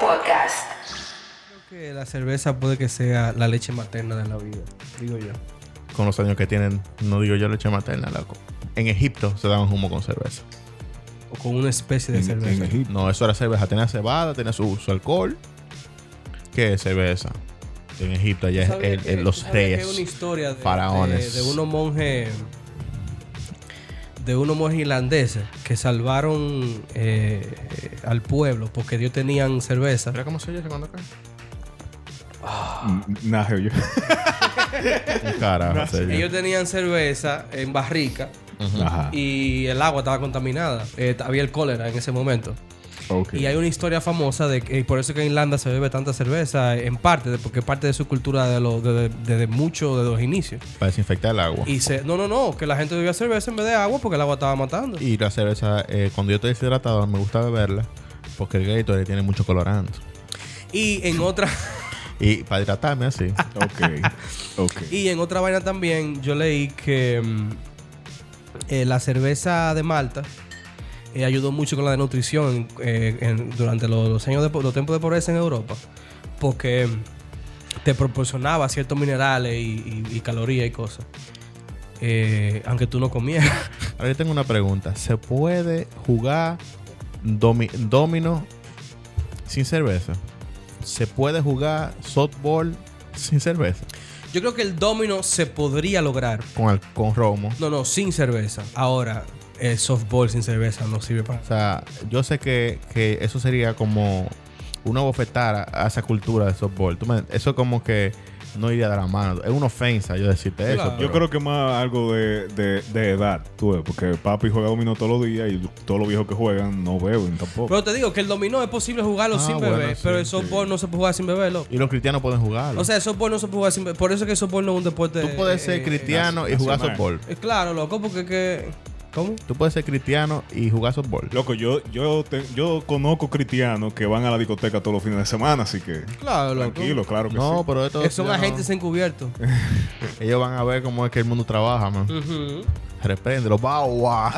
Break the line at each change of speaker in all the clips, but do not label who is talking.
Podcast.
Creo que la cerveza puede que sea la leche materna de la vida, digo yo.
Con los años que tienen, no digo yo leche materna, loco. En Egipto se daban humo con cerveza.
O con una especie de
En- en
cerveza.
Egipto.
No, eso era cerveza. Tenía cebada, tenía su, su alcohol. ¿Qué es cerveza? En Egipto allá es
¿Sabes
el-
que-
el- los
sabes que hay una
reyes.
historia de,
faraones.
de, de unos monjes de unos monjes irlandeses que salvaron eh, al pueblo porque ellos tenían cerveza.
¿Era cómo se oye cuando cae?
Mm, Nah, yo.
Un carajo. se oye.
Ellos tenían cerveza en barrica
Ujú.
Ajá.
y el agua estaba contaminada. Eh, había el cólera en ese momento.
Ok.
Y hay una historia famosa de que y por eso es que en Irlanda se bebe tanta cerveza, en parte, de- porque es parte de su cultura de lo- de- de- desde mucho de los inicios.
Para desinfectar el agua. Y,
Y se, no, no, no, que la gente bebía cerveza en vez de agua porque el agua estaba matando.
la cerveza, eh, cuando yo estoy deshidratado, me gusta beberla. Porque el Gatorade tiene mucho colorante.
Y en otra
Y para hidratarme así.
Ok. Ok.
y en otra vaina también yo leí que mm, eh, la cerveza de Malta eh, ayudó mucho con la desnutrición eh, en- durante los, los años de po- los tiempos de pobreza en Europa porque mm, te proporcionaba ciertos minerales y, y- y calorías y cosas Eh, aunque tú no comieras
Ahora yo tengo una pregunta. ¿Se puede jugar domi- domino sin cerveza? ¿Se puede jugar softball sin cerveza?
yo creo que el domino se podría lograr
Con, al- con romo.
no no sin cerveza ahora el softball sin cerveza no sirve para
O sea, yo sé que, que eso sería como una bofetada a esa cultura de softball. Tú me- eso como que no iría de la mano. Es una ofensa yo decirte eso.
Claro.
Yo creo que más algo de, de, de edad, tú ves, porque papi juega dominó todos los días y todos los viejos que juegan no beben tampoco.
Pero te digo que el dominó es posible jugarlo
Ah,
sin
bueno,
beber,
sí,
pero el
sí.
softball no se puede jugar sin beber, loco.
Y los cristianos pueden jugarlo.
O sea, el softball no se puede jugar sin beber. Por eso es que el softball no es un deporte.
tú puedes
eh,
ser
eh,
cristiano y jugar
nacional.
softball.
eh, claro, loco, porque es que. ¿Cómo?
Tú puedes ser cristiano y jugar softball.
Loco, yo, yo, te- yo conozco cristianos que van a la discoteca todos los fines de semana, así que
Claro, loco.
tranquilo, claro que
No,
sí.
pero esto
Eh, Son agentes encubiertos.
Ellos van a ver cómo es que el mundo trabaja, man.
Ujú.
Repréndelo, bawa.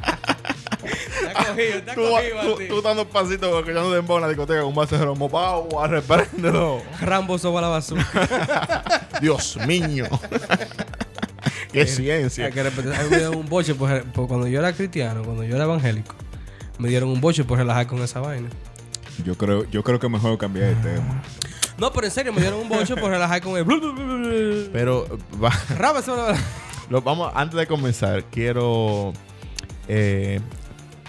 Está cogido, está
tú,
cogido a
tú-
ti.
tú dando pasitos escuchando dembow en la discoteca con un vaso de romo. Bawa, repréndelo.
Rambo soba la basura.
Dios mío. Qué
Hay
ciencia.
que respetar. A mí me dieron un boche por, por cuando yo era cristiano, cuando yo era evangélico. Me dieron un boche por relajar con esa vaina.
Yo creo, yo creo que mejor cambiar de tema.
Ah, No, pero en serio, me dieron un boche por relajar con el.
Pero va-
Rambo soba la basura.
lo- vamos, antes de comenzar, quiero eh,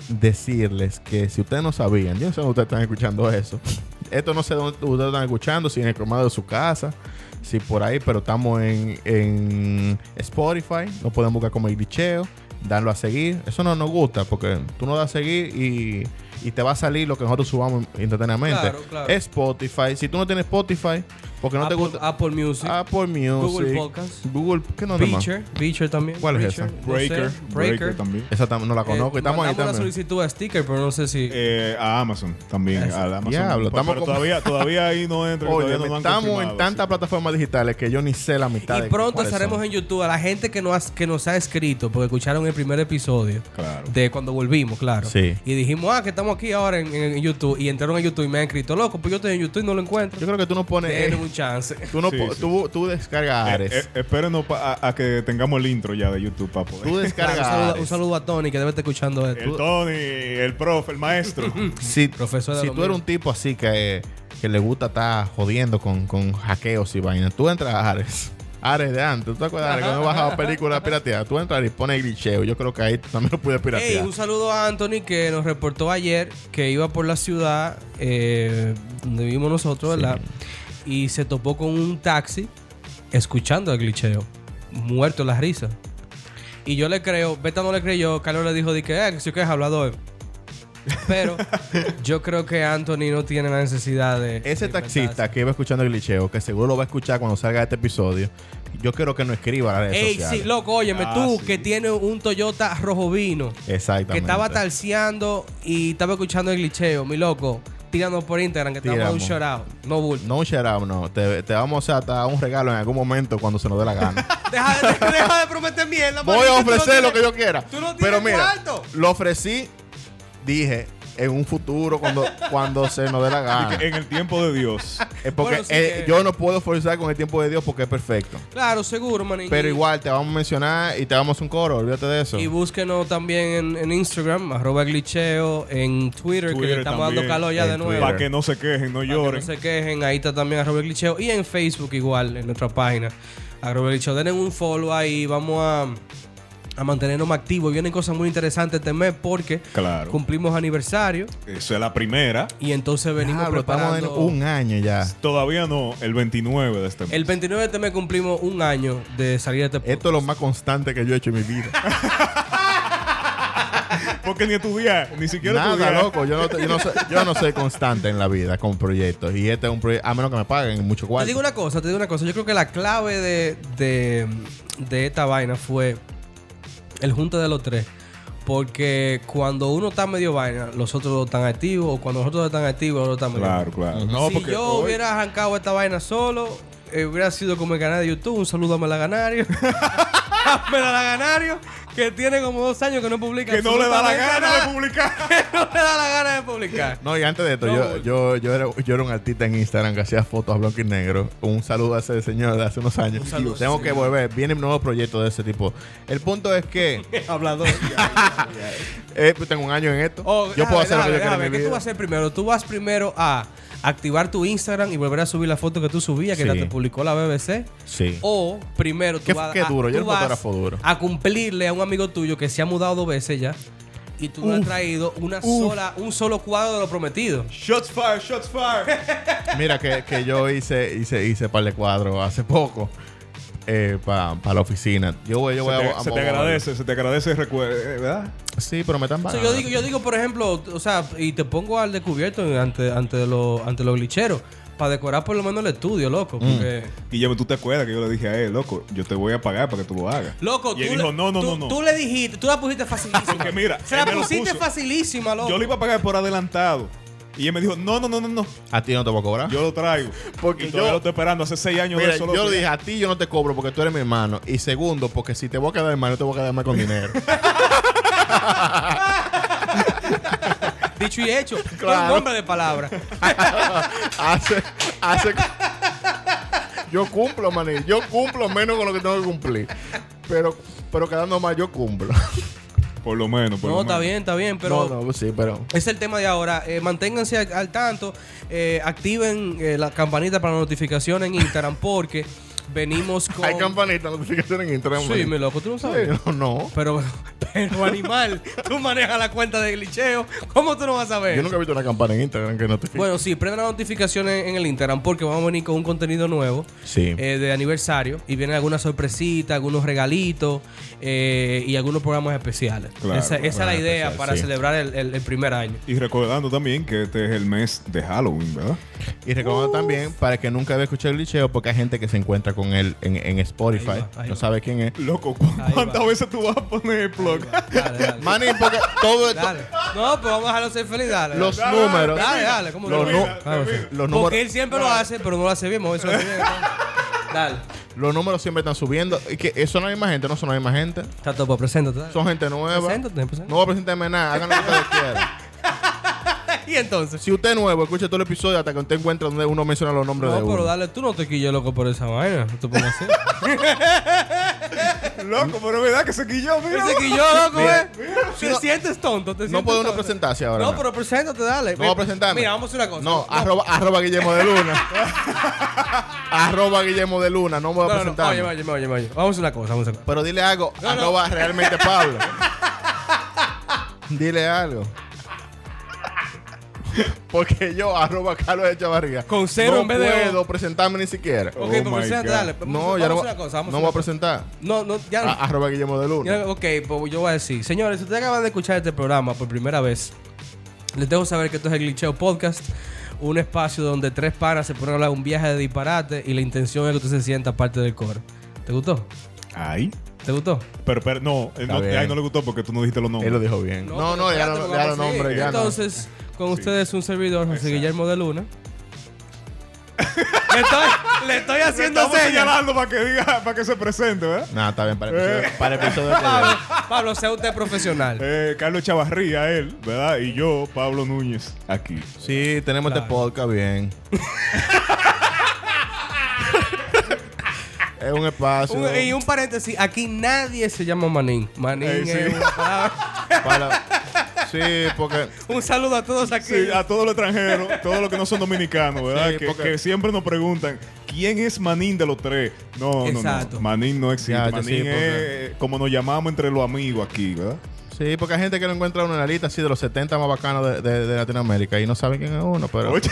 decirles que si ustedes no sabían, yo no sé dónde ustedes están escuchando eso. Esto no sé dónde ustedes están escuchando, si en el comado de su casa, si por ahí, pero estamos en, en Spotify, nos pueden buscar como el glitcheo, darlo a seguir. Eso no nos gusta porque tú no das a seguir y, y te va a salir lo que nosotros subamos instantáneamente.
Claro, claro.
Spotify, si tú no tienes Spotify, porque no te
Apple,
gusta...
Apple Music.
Apple Music,
Google Podcast.
Google, ¿qué no demás?
Beacher, Beacher también.
¿Cuál es
Beacher,
esa?
no sé,
Breaker, breaker,
Breaker.
también.
Esa tam- no la conozco. y
Eh,
estamos ahí
mandamos una
también.
solicitud a Sticker, pero no sé si.
Eh, a Amazon también.
Eso.
al Amazon.
Diablo,
pero
estamos
pero
con-
todavía, todavía ahí no entra.
Oye,
todavía no lo han
estamos en
confirmado,
tantas
así que-
plataformas digitales que yo ni sé la mitad
y
de
pronto
cuáles
estaremos
son.
en YouTube a la gente que nos, ha- que nos ha escrito, porque escucharon el primer episodio
Claro.
de cuando volvimos, claro.
Sí.
Y dijimos, ah, que estamos aquí ahora en, en- en YouTube. Y entraron a YouTube y me han escrito, loco, pues yo estoy en YouTube y no lo encuentro.
Yo creo que tú no pones.
Denme
eh,
un chance.
tú, no
Sí,
po-
sí.
Tú, tú descargas
Eh,
Ares.
eh, espérenos pa- a, a que tengamos el intro ya de YouTube para poder.
tú
Claro, un,
descargas
saludo, un
Ares.
saludo a Tony que debe estar escuchando esto.
El Tony, el profe, el maestro.
Si,
Profesor de
si
lo
tú
mío.
eres un tipo así que, que le gusta estar jodiendo con, con hackeos y vainas, tú entras a Ares. Ares de antes. ¿Tú te acuerdas Ares, cuando bajaba películas pirateadas? Tú entras y pones glitcheo. Yo creo que ahí tú también lo puedes
Ey,
piratear.
un saludo a Anthony que nos reportó ayer que iba por la ciudad eh, donde vivimos nosotros, ¿verdad? Y se topó con un taxi escuchando el glitcheo, muerto la risa. Y yo le creo, Beta no le creyó, Carlos le dijo, di que, eh, que si que es hablador. Pero yo creo que Anthony no tiene la necesidad de...
Ese
de
taxista que iba escuchando el glitcheo, que seguro lo va a escuchar cuando salga este episodio, yo quiero que no escriba a las redes
Ey,
sociales.
sí, loco, óyeme,
Ah,
tú
sí.
que tienes un Toyota rojo vino.
Exactamente.
que estaba talseando y estaba escuchando el glitcheo, mi loco. Tíralo por Instagram, que te vamos a dar un
Tiramos.
shout out. No bulto.
No un shout out, no. Te, te vamos a dar un regalo en algún momento cuando se nos dé la gana.
Deja, de- deja de prometer mierda.
Voy
marico,
a
tú no
ofrecer lo que
tienes-
yo quiera.
tú no tienes
Pero mira,
cuarto.
lo ofrecí, dije, en un futuro, cuando, cuando se nos dé la gana.
En el tiempo de Dios.
Es porque
Bueno, sí
eh,
que-
yo no puedo forzar con el tiempo de Dios porque es perfecto.
Claro, seguro, manín.
Pero
Y-
igual te vamos a mencionar y te vamos a hacer un coro, olvídate de eso.
Y búsquenos también en, en Instagram, arroba glitcheo, en Twitter, que
Twitter
le estamos
también,
dando calor ya
en
de nuevo.
Twitter.
Para que no se quejen, no
Para que
lloren.
no se quejen, ahí está también arroba el glitcheo. Y en Facebook igual, en nuestra página. Arroba el glitcheo. Denle un follow ahí. Vamos a, a mantenernos más activos. Vienen cosas muy interesantes este mes porque
Claro.
cumplimos aniversario.
Esa es la primera.
Y entonces venimos
Diablo, estamos en
preparando...
un año ya.
Todavía no, el 29 de este mes.
El 29 de este mes cumplimos un año de salir de este
Esto es lo más constante que yo he hecho en mi vida.
Porque ni estudiar, ni siquiera
Nada,
estudiar.
loco. Yo no, yo, no soy, yo no soy constante en la vida con proyectos. Y este es un proyecto, a menos que me paguen
Te
mucho
digo
cuarto.
una cosa, te digo una cosa. Yo creo que la clave de, de, de esta vaina fue el junte de los tres. Porque cuando uno está medio vaina, los otros dos están activos. O cuando los otros dos están activos, los otros están medio
Claro, claro.
No,
si
porque
yo
hoy-
hubiera arrancado esta vaina solo, eh, hubiera sido como el canal de YouTube. Un saludo a Melaganario. a Melaganario, que tiene como dos años que no publica.
Que no le da la
absolutamente
gana de
nada,
publicar.
que no le da la gana de publicar.
No, y antes de esto,
No.
yo, yo, yo, era, yo era un artista en Instagram que hacía fotos a blanco y negro. Un saludo a ese señor de hace unos años.
Un saludo,
Tengo que
señor.
volver. Vienen nuevos proyectos de ese tipo. El punto es que
Hablador.
eh, pues tengo un año en esto.
Oh,
yo
déjame,
puedo hacer lo que
déjame,
yo quiera
déjame.
en mi
¿Qué tú vas a
vida.
hacer primero? Tú vas primero a activar tu Instagram y volver a subir la foto que tú subías, que
Sí.
la te publicó la BBC.
Sí.
O primero tú
Qué-
vas
qué
a-
duro, yo
tú
era un fotógrafo
vas
duro.
A cumplirle a un amigo tuyo que se ha mudado dos veces ya y tú no has traído una sola, un solo cuadro de lo prometido.
Shots fire, shots fire.
Mira que, que yo hice, hice, hice par de cuadros hace poco. para la oficina. Yo voy, yo voy
se
a,
te,
a-
se te
a-
agradece, se te agradece, recuerda, eh, ¿verdad?
Sí, pero me están
O sea,
pagando.
yo digo, yo digo, por ejemplo, o sea, y te pongo al descubierto ante, ante los ante los glitcheros para decorar por lo menos el estudio,
Mm.
loco. Porque,
Guillermo, tú te acuerdas que yo le dije a él, loco, yo te voy a pagar para que tú lo hagas.
Loco,
y él
tú,
dijo,
le,
no, no,
tú-
no, no.
tú le dijiste, tú la pusiste facilísima.
Porque mira,
se
él
la
me lo
pusiste
puso.
facilísima, loco.
Yo le iba a pagar por adelantado. Y él me dijo, no, no, no, no, no.
A ti no te voy a cobrar.
Yo lo traigo.
Porque
y todavía
yo-
lo estoy esperando hace seis años
Mira,
de eso.
yo
loco.
dije, a ti yo no te cobro porque tú eres mi hermano. Y segundo, porque si te voy a quedar hermano, te voy a quedar mal con dinero.
Dicho y hecho,
Claro.
claro. un hombre de palabra.
hace, hace... Yo cumplo, maní. Yo cumplo menos con lo que tengo que cumplir. Pero, pero quedando mal, yo cumplo.
Por lo menos, por
No,
lo
está
menos.
bien, está bien, pero
no, no, sí, pero...
es el tema de ahora. Eh, manténganse al, al tanto, eh, activen eh, la campanita para notificaciones en Instagram porque venimos con...
Hay campanita, notificación en Instagram.
Sí,
maní.
mi loco, tú no sabes.
Sí, no, no.
Pero, pero animal, tú manejas la cuenta de glitcheo. ¿Cómo tú no vas a ver?
Yo nunca he visto una campana en Instagram que notifique.
Bueno, sí, prendan las notificaciones en el Instagram porque vamos a venir con un contenido nuevo
sí.
eh, de aniversario y vienen algunas sorpresitas, algunos regalitos eh, y algunos programas especiales.
Claro,
esa esa es la
programas
idea
especiales,
para
sí.
celebrar el, el- el primer año.
Y recordando también que este es el mes de Halloween, ¿verdad?
Y recomiendo
Uh.
también para el que nunca había escuchado el licheo, porque hay gente que se encuentra con él en, en Spotify.
Ahí va, ahí
no
va.
sabe quién es.
Loco,
Ahí
¿cuántas
va.
veces tú vas a poner el plug?
Dale, dale.
Mani, porque todo esto.
dale. No, pues vamos a dejarlo ser feliz. Dale.
Los
dale.
números.
Dale, dale, ¿cómo
los,
te
nu-
olvidas? Vamos a hacer.
los
Porque
números,
él siempre lo hace, pero no lo hace bien. vamos a ver si lo hace bien. Dale.
los números siempre están subiendo. Y que eso no hay más gente, no son la misma gente.
Está todo, pues, preséntate. dale.
Son gente nueva.
Preséntate, pues, preséntate.
No voy a presentarme nada, hagan lo que ustedes quieran.
Y entonces.
Si usted es nuevo, escuche todo el episodio hasta que usted encuentre donde uno menciona los nombres
No,
de uno.
pero dale, tú no te quilles loco por esa vaina. No te pongas así.
Loco, pero es verdad que se quilló, mira.
Ese quilló, loco,
Mira,
eh. Te sientes tonto, te
no
sientes
puede uno
tonto.
presentarse ahora.
No,
nada.
pero preséntate, dale.
No voy a presentarme.
Mira, vamos a hacer una cosa.
No, arroba, arroba Guillermo de Luna. arroba Guillermo de Luna, no me voy a
No, no, no.
presentar.
Oye, oye, oye, oye. Vamos a una cosa, vamos a una cosa.
Pero dile algo,
No, no.
arroba realmente Pablo. dile algo. Porque yo, arroba Carlos de Chavarría.
Con cero
no
en vez de
puedo
O.
presentarme ni siquiera.
Ok,
Oh
pero
my
preséntate,
God.
dale. Vamos-
No,
vamos a
ya no, va-
hacer una cosa, vamos
no
a
voy a Ah,
hacer
presentar.
una- No, no, ya
A- arroba Guillermo de Luna.
Ya, ok, pues yo voy a decir, señores, si ustedes acaban de escuchar este programa por primera vez, les dejo saber que esto es el Glitcheo Podcast, un espacio donde tres panas se ponen a hablar de un viaje de disparate y la intención es que usted se sienta parte del coro. ¿Te gustó?
Ay.
¿Te gustó?
Pero, pero no, él no,
bien.
a él no le gustó porque tú no dijiste los nombres.
Él lo dijo bien. No, no,
pero
ya
espérate,
no,
porque vamos
ya los
a seguir.
nombres, ya no.
Entonces, con ustedes un servidor, José
Exacto.
Guillermo de Luna. Le estoy, le estoy
Le
haciendo
estamos
señas.
señalando para que diga, para que se presente, ¿verdad?
Nada, está bien, para el episodio, para el episodio que
Pablo,
viene.
Pablo, sea usted profesional.
Eh, Carlos Chavarría, él, ¿verdad? Y yo, Pablo Núñez, aquí.
Sí, tenemos este
Claro.
podcast bien. es un espacio
Un- y un paréntesis, aquí nadie se llama Manín. Manín
Eh,
Ey, sí.
es eh, una-
para... Sí, porque...
un, saludo a todos aquí.
Sí, a todos los extranjeros, todos los que no son dominicanos, ¿verdad?
Sí,
que,
porque-
que siempre nos preguntan, ¿quién es Manín de los tres? No, no,
Exacto.
no. Manín no existe.
Ya, ya
Manín
sí,
es
porque-
eh, como nos llamamos entre los amigos aquí, ¿verdad?
Sí, porque hay gente que no encuentra uno en la lista así de los 70 más bacanos de, de- de Latinoamérica y no sabe quién es uno, pero...
Oye,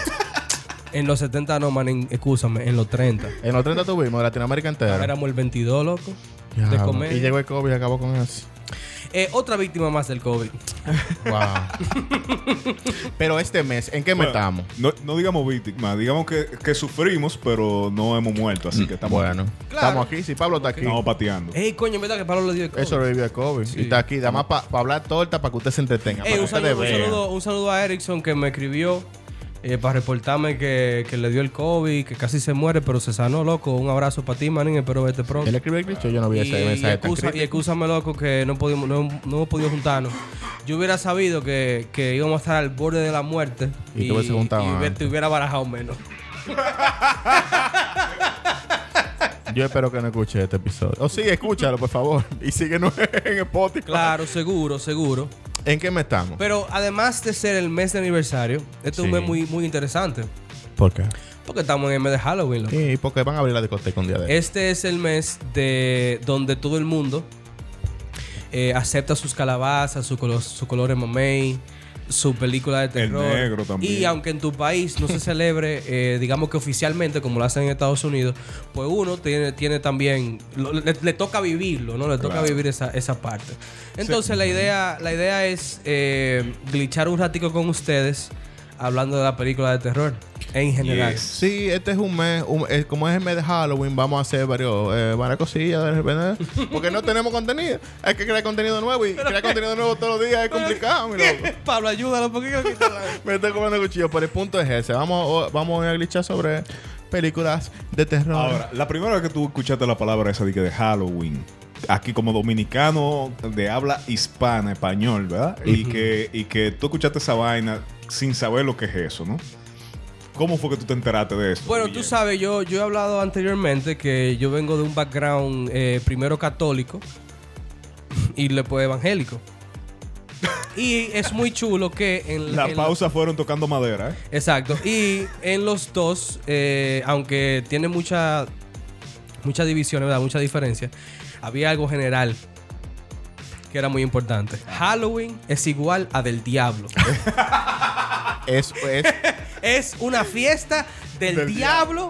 En los 70 no, Manín, escúchame, en los 30.
En los 30 tuvimos, de Latinoamérica entera.
Éramos el 22, loco.
Ya,
Ah, de
Y
comer.
llegó el COVID y acabó con eso.
Eh, otra víctima más del COVID.
Wow. pero este mes, ¿en qué
bueno,
metamos?
No, no digamos víctimas, digamos que, que sufrimos, pero no hemos muerto, así que estamos
bueno,
Claro.
estamos aquí. Si Pablo está aquí,
estamos pateando.
Ey, coño, es verdad que Pablo le dio el COVID.
él sobrevivió al COVID. Y está aquí, además para hablar torta, para que usted se entretenga.
Ey,
para que
un,
usted
saludo, un,
vea.
Eh, saludo, un saludo a Erickson que me escribió eh, para reportarme que, que le dio el COVID, que casi se muere, pero se sanó, loco. Un abrazo para ti, Manín. Espero verte pronto.
Él escribió el cliché, yo no vi ese
y, y,
mensaje tan
excusa- y
crítico.
excúsame, loco, que no, pudimos, no, no hemos podido juntarnos. Yo hubiera sabido que, que íbamos a estar al borde de la muerte.
Y te hubiese juntado
y hubiera-
antes.
te hubiera barajado menos.
Yo espero que no escuche este episodio. O sí, escúchalo, por favor. Y síguenos en Spotify.
Claro, seguro, seguro.
¿En qué metamos?
Pero además de ser el mes de aniversario, este es un
Sí.
mes muy, muy interesante.
¿Por qué?
Porque estamos en el mes de Halloween, loco.
Sí, porque van a abrir la discoteca un día de
Este es el mes de donde todo el mundo eh, acepta sus calabazas, su color, su color mamey, su película de terror.
negro también.
Y aunque en tu país no se celebre, eh, digamos que oficialmente, como lo hacen en Estados Unidos, pues uno tiene, tiene también, lo- le, le toca vivirlo, ¿no? Le toca
Claro.
vivir esa, esa parte. Entonces la idea, la idea es eh, glitchar un ratico con ustedes hablando de la película de terror en general.
Yes.
Sí, este es un mes, un- eh, como es el mes de Halloween, vamos a hacer varios, eh, varias cosillas de repente, porque no tenemos contenido. Hay que crear contenido nuevo y crear contenido nuevo todos los días es complicado, mi loco.
Pablo, ayúdalo, porque yo quito la-
Me estoy comiendo cuchillo, pero el punto es ese. Vamos, o- vamos a glitchar sobre películas de terror.
Ahora, la primera vez que tú escuchaste la palabra esa de, que de Halloween, aquí como dominicano de habla hispana, español, ¿verdad? y, que, y que tú escuchaste esa vaina sin saber lo que es eso, ¿no? ¿Cómo fue que tú te enteraste de eso?
Bueno, tú sabes, yo, yo he hablado anteriormente que yo vengo de un background eh, primero católico y después evangélico. Y es muy chulo que en
La
en-
pausa fueron tocando madera, ¿eh?
Exacto. Y en los dos, eh, aunque tiene mucha, mucha división, ¿verdad? Mucha diferencia, había algo general que era muy importante. Halloween es igual a del diablo.
Es, es-
Es una fiesta del,
Del
diablo,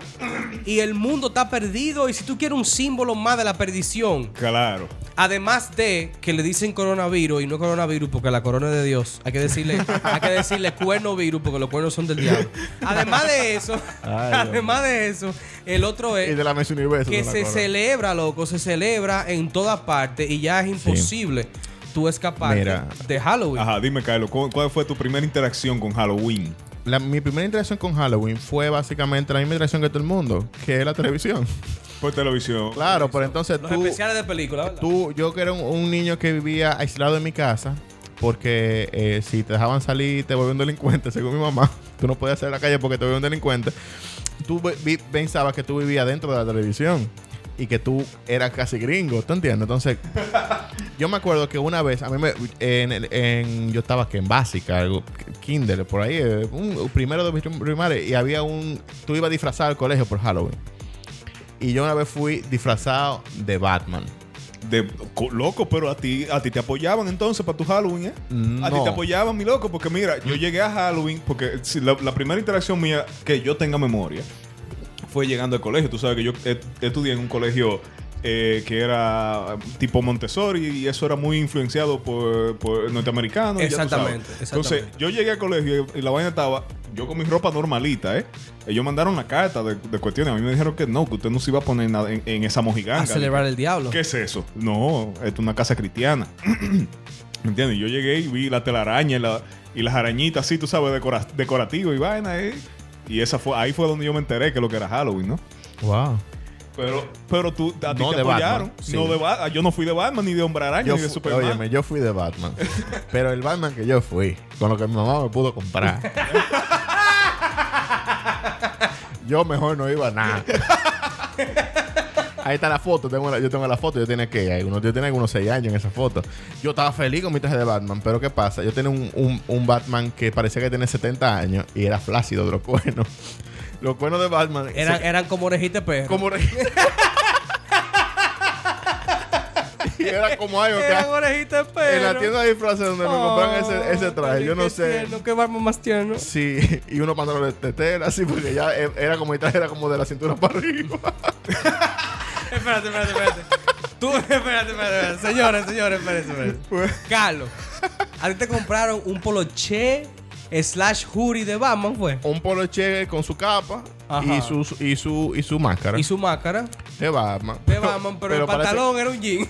y el mundo está perdido. Y si tú quieres un símbolo más de la perdición,
Claro.
además de que le dicen coronavirus y no coronavirus porque la corona es de Dios, hay que decirle, hay que decirle cuerno virus porque los cuernos son del diablo. Además de eso, además de eso, el otro
y
es
de la Miss Universo.
que
de la
se
corona.
celebra, loco, se celebra en todas partes y ya es imposible tú escaparte
Mira.
de Halloween.
Ajá, dime, Carlos, ¿cu- ¿cuál fue tu primera interacción con Halloween?
La- mi primera interacción con Halloween fue básicamente la misma interacción que todo el mundo, que es la televisión.
Por televisión.
Claro, pero entonces
Los
tú...
especiales de película, ¿verdad?
Tú, yo que era un, un niño que vivía aislado en mi casa, porque eh, si te dejaban salir te volvían un delincuente, según mi mamá, tú no podías salir a la calle porque te volvían un delincuente. Tú ve- vi- pensabas que tú vivías dentro de la televisión y que tú eras casi gringo, ¿tú entiendes? Entonces, yo me acuerdo que una vez, a mí me, en, el- en- yo estaba que en básica, algo, kinder, por ahí, eh, un, primero de prim- primaria, y había un, tú ibas disfrazado al colegio por Halloween. Y yo una vez fui disfrazado de Batman.
De, co- loco, pero a ti, a ti te apoyaban entonces para tu Halloween, ¿eh? A ti
No.
te apoyaban, mi loco, porque mira, yo llegué a Halloween, porque si la, la primera interacción mía que yo tenga memoria fue llegando al colegio. Tú sabes que yo eh, estudié en un colegio eh, que era eh, tipo Montessori y eso era muy influenciado por, por norteamericanos. ya tú sabes.
Exactamente, exactamente.
Entonces, yo llegué al colegio y, y la vaina estaba, yo con mi ropa normalita, ¿eh? Ellos mandaron la carta de, de cuestiones. A mí me dijeron que no, que usted no se iba a poner nada en, en esa mojiganga.
a celebrar el diablo.
¿Qué es eso? No, esto es una casa cristiana. ¿Me entiendes? Yo llegué y vi la telaraña y, la- y las arañitas así, tú sabes, decora- decorativo y vaina. ¿eh? Y esa fue, ahí fue donde yo me enteré que lo que era Halloween, ¿no?
Wow.
Pero, pero tú, a ti
No
te
de Batman,
apoyaron.
sí.
No de Ba- yo no fui de Batman, ni de Hombre Araña,
Yo
ni de
fu-
Superman.
óyeme, yo fui de Batman. pero el Batman que yo fui, con lo que mi mamá me pudo comprar. yo mejor no iba a nada. Ahí está la foto, tengo la- yo tengo la foto, yo tenía que algunos, yo tenía unos 6 años en esa foto. Yo estaba feliz con mi traje de Batman, pero ¿qué pasa? Yo tenía un, un- un Batman que parecía que tenía 70 años y era flácido de los cuernos. Los cuernos de Batman
Eran,
se-
eran como orejitas de perro.
como re- y era como algo
Eran
que
orejitas de Oh,
en
perro.
la tienda de disfraces donde me compraron ese, ese traje, yo no sé.
Lo que vamos más tierno.
Sí, y unos pantalones de tela, así, porque ya e- era como el traje era como de la cintura para arriba.
Espérate, espérate, espérate. Tú, espérate, espérate, espérate. Señores, señores, espérate,
Pues.
espérate. Carlos, a ti te compraron un poloche slash hoodie de Batman, fue.
Un poloche con su capa
Ajá.
y su, y su y su máscara.
Y su máscara
de Batman.
de Batman, pero, el
parece-
pantalón era un jean.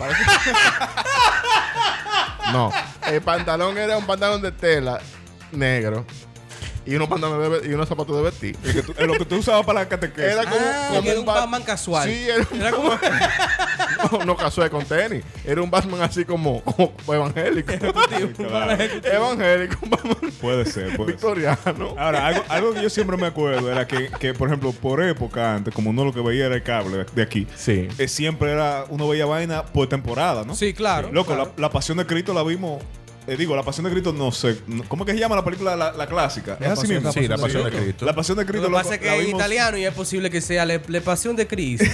No, el pantalón era un pantalón de tela negro y unos pantalones de ve- y unos zapatos de vestir.
El que tú- el lo que tú usabas para la catequesis.
Era como,
Ah,
como
que era un
Bat-
Batman casual.
Sí, era un
Era como.
no, no casó de con tenis. Era un Batman así como, como evangélico. evangélico, un Batman
Puede ser, puede ser.
victoriano.
Ahora, algo, algo que yo siempre me acuerdo era que, que, por ejemplo, por época antes, como uno lo que veía era el cable de- de aquí,
Sí.
eh, siempre era, uno veía vaina por temporada, ¿no?
Sí, claro.
Loco,
claro.
La, la Pasión de Cristo la vimos. eh, digo, La Pasión de Cristo no sé. no- ¿Cómo que se llama la película, la, la clásica?
La
es así
Pasión-
mismo.
Sí, La Pasión de
Cristo.
La Pasión de
Lo
Cristo
que
loco,
pasa es
la
que es
vimos
italiano y es posible que sea la, la pasión de Cristo.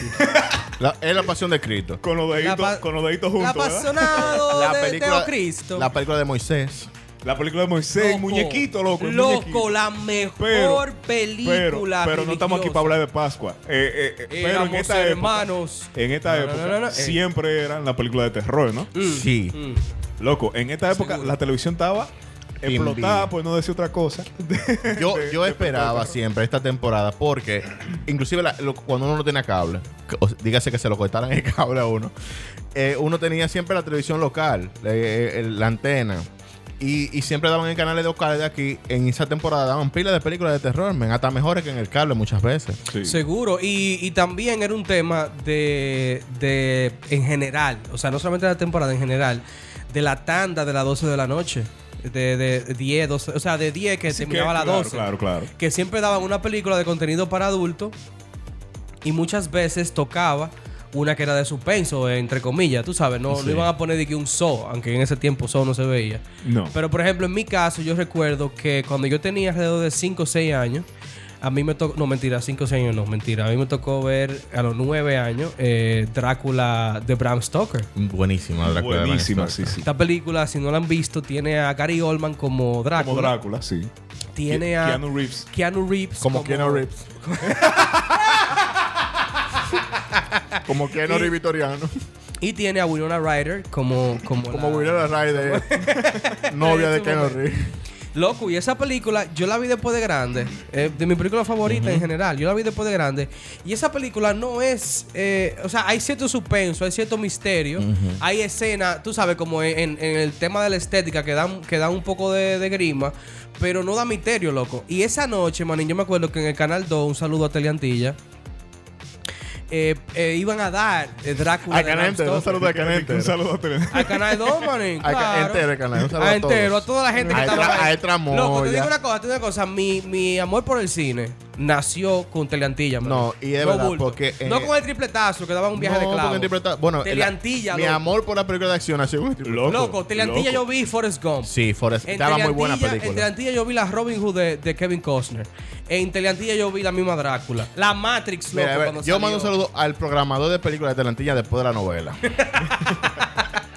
La- es la pasión de Cristo.
Con los
La pa-
deditos, con los deditos
la
juntos. ¿verdad?
apasionado
La
de,
película,
de Cristo.
la película de Moisés.
La película de Moisés, el muñequito, loco. el
Loco,
muñequito.
la mejor
Pero- Pero,
película.
pero no estamos aquí para hablar de Pascua. Eh, eh, eh, pero en
Éramos
esta época-
hermanos.
en esta
No, no,
época
no, no, no. Eh.
siempre eran la película de terror, ¿no?
Mm.
Sí.
Loco, en esta época
Seguro.
la televisión estaba
Bien
explotada,
viva.
pues no decir otra cosa.
Yo, yo esperaba siempre esta temporada porque, inclusive la- lo- cuando uno no tenía cable, que- o sea, dígase que se lo cortaran el cable a uno, eh, uno tenía siempre la televisión local, eh, eh, el- la antena. Y, y siempre daban en canales locales de aquí. En esa temporada daban pilas de películas de terror, men, hasta mejores que en el cable muchas veces.
Sí.
Seguro, y, y también era un tema de, de, en general, o sea, no solamente de la temporada, en general, de la tanda de las 12 de la noche, de, de 10, 12, o sea, de 10 que
Así que,
terminaba a las
claro,
12,
Claro, claro.
que siempre daban una película de contenido para adultos y muchas veces tocaba una que era de suspenso, entre comillas, tú sabes, no,
Sí.
no iban a poner de que un zoo, aunque en ese tiempo zoo no se veía.
No.
Pero por ejemplo, en mi caso, yo recuerdo que cuando yo tenía alrededor de 5 o 6 años, a mí me tocó, no mentira, 5 o 6 años no, mentira, a mí me tocó ver a los 9 años eh, Drácula de Bram Stoker.
Buenísima, Drácula de Bram
Buenísima, sí,
Stoker.
sí.
Esta película, si no la han visto, tiene a Gary Oldman como Drácula.
Como Drácula, sí.
Tiene
Ke-
a
Keanu Reeves.
Keanu Reeves.
Como Keanu Reeves. Como Keanu Reeves Victoriano.
Y tiene a Winona Ryder como... Como,
Como
la-
Winona Ryder, novia de
Ese
Keanu
momento.
Reeves.
Loco, y esa película yo la vi después de grande. eh, de mi película favorita en general. Yo la vi después de grande. Y esa película no es. eh, o sea, hay cierto suspenso, hay cierto misterio. Hay escenas, tú sabes, como en, en el tema de la estética que dan, que dan un poco de, de grima. Pero no da misterio, loco. Y esa noche, manín, yo me acuerdo que en el canal 2, un saludo a Teleantilla. eh, eh, iban a dar eh, Drácula.
Ay,
de
canal
Bram
entero, un
Stoker.
saludo a canal
Un
entero.
saludo a Teresa.
Al canal 2, manín.
Al ca-
claro.
entero al canal, un saludo
a
a
entero,
todos.
Ah, a toda la gente que
A
estaba
Tra-
ahí.
a Tramoya.
Loco, te digo una cosa, te digo una cosa. Mi, mi amor por el cine nació con Teleantilla. man.
No, y es verdad,
bulto.
porque, eh,
no con el tripletazo que daba un viaje
No,
de clavo.
porque interpreta- bueno, el-
Teleantilla,
mi
loco.
amor por la película de acción ha sido un interpreta-
Loco,
Loco, Teleantilla yo vi Forrest Gump.
Sí, Forrest,
En
estaba muy
Teleantilla-
buena
En
película.
Teleantilla yo vi la Robin Hood de, de Kevin Costner. En Teleantilla yo vi la misma Drácula. La Matrix, loco.
Mira, a ver,
cuando
yo mando un
salió.
saludo al programador de películas de Atlantilla después de la novela.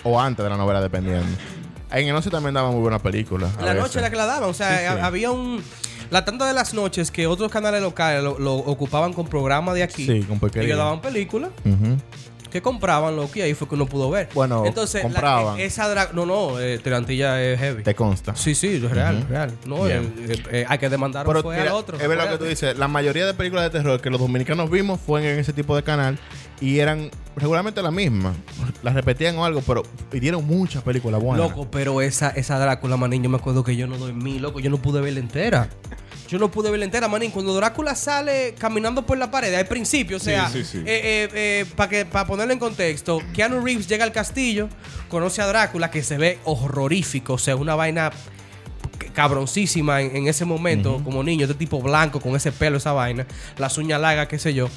o antes de la novela, dependiendo. En el 11 también daba muy buena película. a
La
veces.
noche era que la daban. O sea,
Sí, sí.
ha- había un. La tanda de las noches que otros canales locales lo, lo ocupaban con programas de aquí.
Sí, con porquería.
Y que daban películas
Ujú.
que compraban, loco, y ahí fue que uno pudo ver.
Bueno,
Entonces, la-
compraban.
eh, esa dra- No, no, eh, Tirantilla es heavy.
Te consta.
Sí, sí, es real, real. No,
Bien.
el- eh, eh, hay que demandar
Pero
fue
mira,
al otro.
es
fue
verdad lo que
al-
tú dices. La mayoría de películas de terror que los dominicanos vimos fueron en ese tipo de canal y eran regularmente las mismas. Las repetían o algo, pero dieron muchas películas buenas.
Loco, pero esa, esa Drácula, manín, yo me acuerdo que yo no dormí, loco. Yo no pude verla entera. Yo no pude verla entera, manín. Cuando Drácula sale caminando por la pared, al principio, o sea, eh,
Sí, sí, sí.
para para ponerlo en contexto, Keanu Reeves llega al castillo, conoce a Drácula, que se ve horrorífico, o sea, una vaina c- cabroncísima en, en ese momento, como niño, este tipo blanco, con ese pelo, esa vaina, las uñas largas, qué sé yo.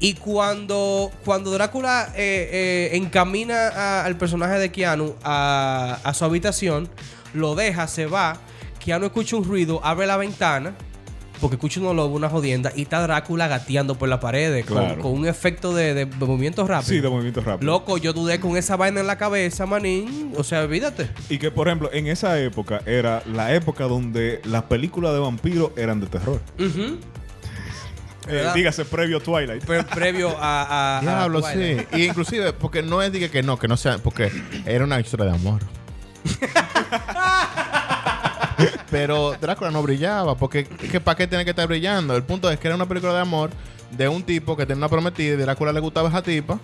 Y cuando, cuando Drácula eh, eh, encamina a- al personaje de Keanu a, a su habitación, lo deja, se va, Keanu escucha un ruido, abre la ventana, porque escucha unos lobos, una jodienda, y está Drácula gateando por las paredes, con-
Claro.
con, un efecto de, de movimientos rápidos.
Sí, de movimiento rápido.
Loco, yo dudé con esa vaina en la cabeza, manín. O sea, olvídate.
Y que, por ejemplo, en esa época era la época donde las películas de vampiros eran de terror.
Ujú.
Eh,
¿Verdad?
dígase, previo Twilight.
Pre- previo a. a- a
Diablo,
tu
sí.
vaina.
Y inclusive, porque no es diga que no, que no sea, porque era una historia de amor. Pero Drácula no brillaba, porque que, ¿para qué tiene que estar brillando? El punto es que era una película de amor de un tipo que tenía una prometida y Drácula le gustaba esa tipa.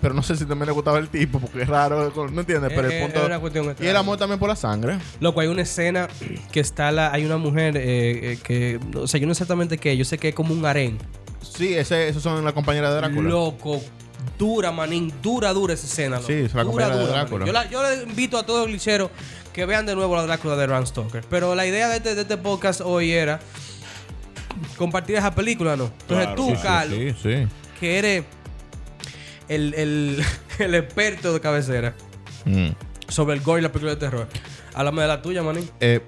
Pero no sé si también le gustaba el tipo, porque es raro, no entiendes, pero
Eh,
el
eh,
punto...
era una cuestión
y el amor también por la sangre.
Loco, hay una escena que está la. Hay una mujer eh, eh, que. O sea, yo no sé exactamente qué. Yo sé que es como un harén.
Sí, ese, esos son la compañera de Drácula.
Loco. Dura, manín. Dura, dura esa escena. loco.
Sí, es la
dura,
compañera de
manín.
Drácula.
Yo, la- yo le invito a todos los glitcheros que vean de nuevo la Drácula de Ram Stoker. Pero la idea de este, de este podcast hoy era compartir esa película, ¿no? Entonces
Claro,
tú,
sí, sí,
Carlos,
Sí, sí.
que eres el, el- el experto de cabecera
Mm.
sobre el gore y la película de terror. Háblame de la tuya, manín.
Eh,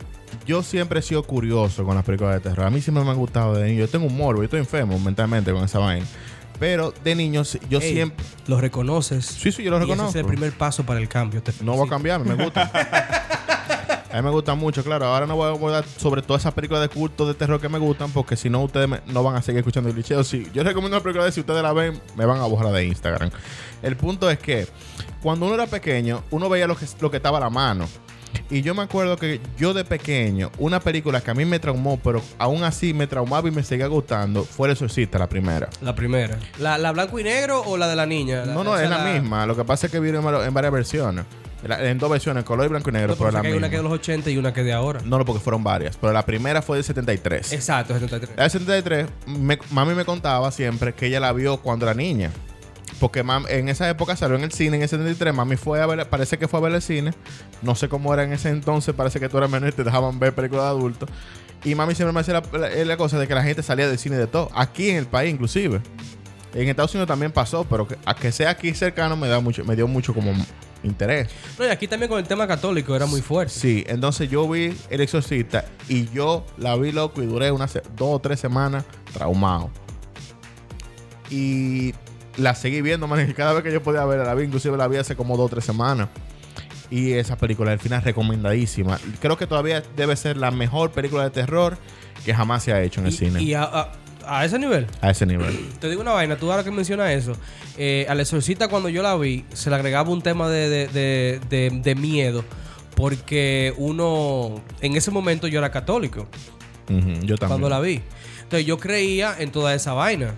yo siempre he sido curioso con las películas de terror. A mí siempre me han gustado de niño. Yo tengo un morbo, yo estoy enfermo mentalmente con esa vaina. Pero de niños, yo
Ey,
siempre.
Los reconoces.
Sí, sí, yo lo
Y ese es
reconozco.
el primer paso para el cambio. te
No voy a
felicito.
cambiar, me gusta. A mí me gusta mucho, claro. Ahora no voy a abordar sobre todas esas películas de culto de terror que me gustan, porque si no, ustedes me- no van a seguir escuchando el licheo. Si yo recomiendo una película de si ustedes la ven, me van a borrar de Instagram. El punto es que cuando uno era pequeño, uno veía lo que, lo que estaba a la mano. Y yo me acuerdo que yo de pequeño, una película que a mí me traumó, pero aún así me traumaba y me seguía gustando, fue El Exorcista, la primera.
La primera. ¿La, la blanco y negro o la de la niña?
No, no,
esa
es la, misma. Lo que pasa es que vino en var- en varias versiones. La- En dos versiones, color y blanco y negro,
No,
pero
pero
la
sé que hay
misma.
una que es de los 80 y una que es de ahora.
No, no, porque fueron varias. Pero la primera fue del 73.
Exacto, 73.
La del 73, me- mami me contaba siempre que ella la vio cuando era niña. Porque mam- en esa época salió en el cine, en el 73. Mami fue a ver, parece que fue a ver el cine. No sé cómo era en ese entonces, parece que tú eras menor y te dejaban ver películas de adultos. Y mami siempre me hacía la, la- la cosa de que la gente salía del cine de todo. Aquí en el país, inclusive. En Estados Unidos también pasó, pero que, a que sea aquí cercano me, da mucho, me dio mucho como interés.
No, y aquí también con el tema católico era muy fuerte.
Eh. Sí, entonces yo vi El Exorcista y yo la vi loco y duré unas se- dos o tres semanas traumado. Y la seguí viendo, man. y Cada vez que yo podía verla, la vi, inclusive la vi hace como dos o tres semanas. Y esa película, al final, recomendadísima. Creo que todavía debe ser la mejor película de terror que jamás se ha hecho en el
Y-
cine.
Y, a, a- a ese nivel.
a ese nivel.
Te digo una vaina, tú ahora que mencionas eso. Eh, a la exorcista, cuando yo la vi, se le agregaba un tema de, de- de- de- de miedo. Porque uno, en ese momento yo era católico.
Ujú, yo también.
cuando la vi. Entonces yo creía en toda esa vaina.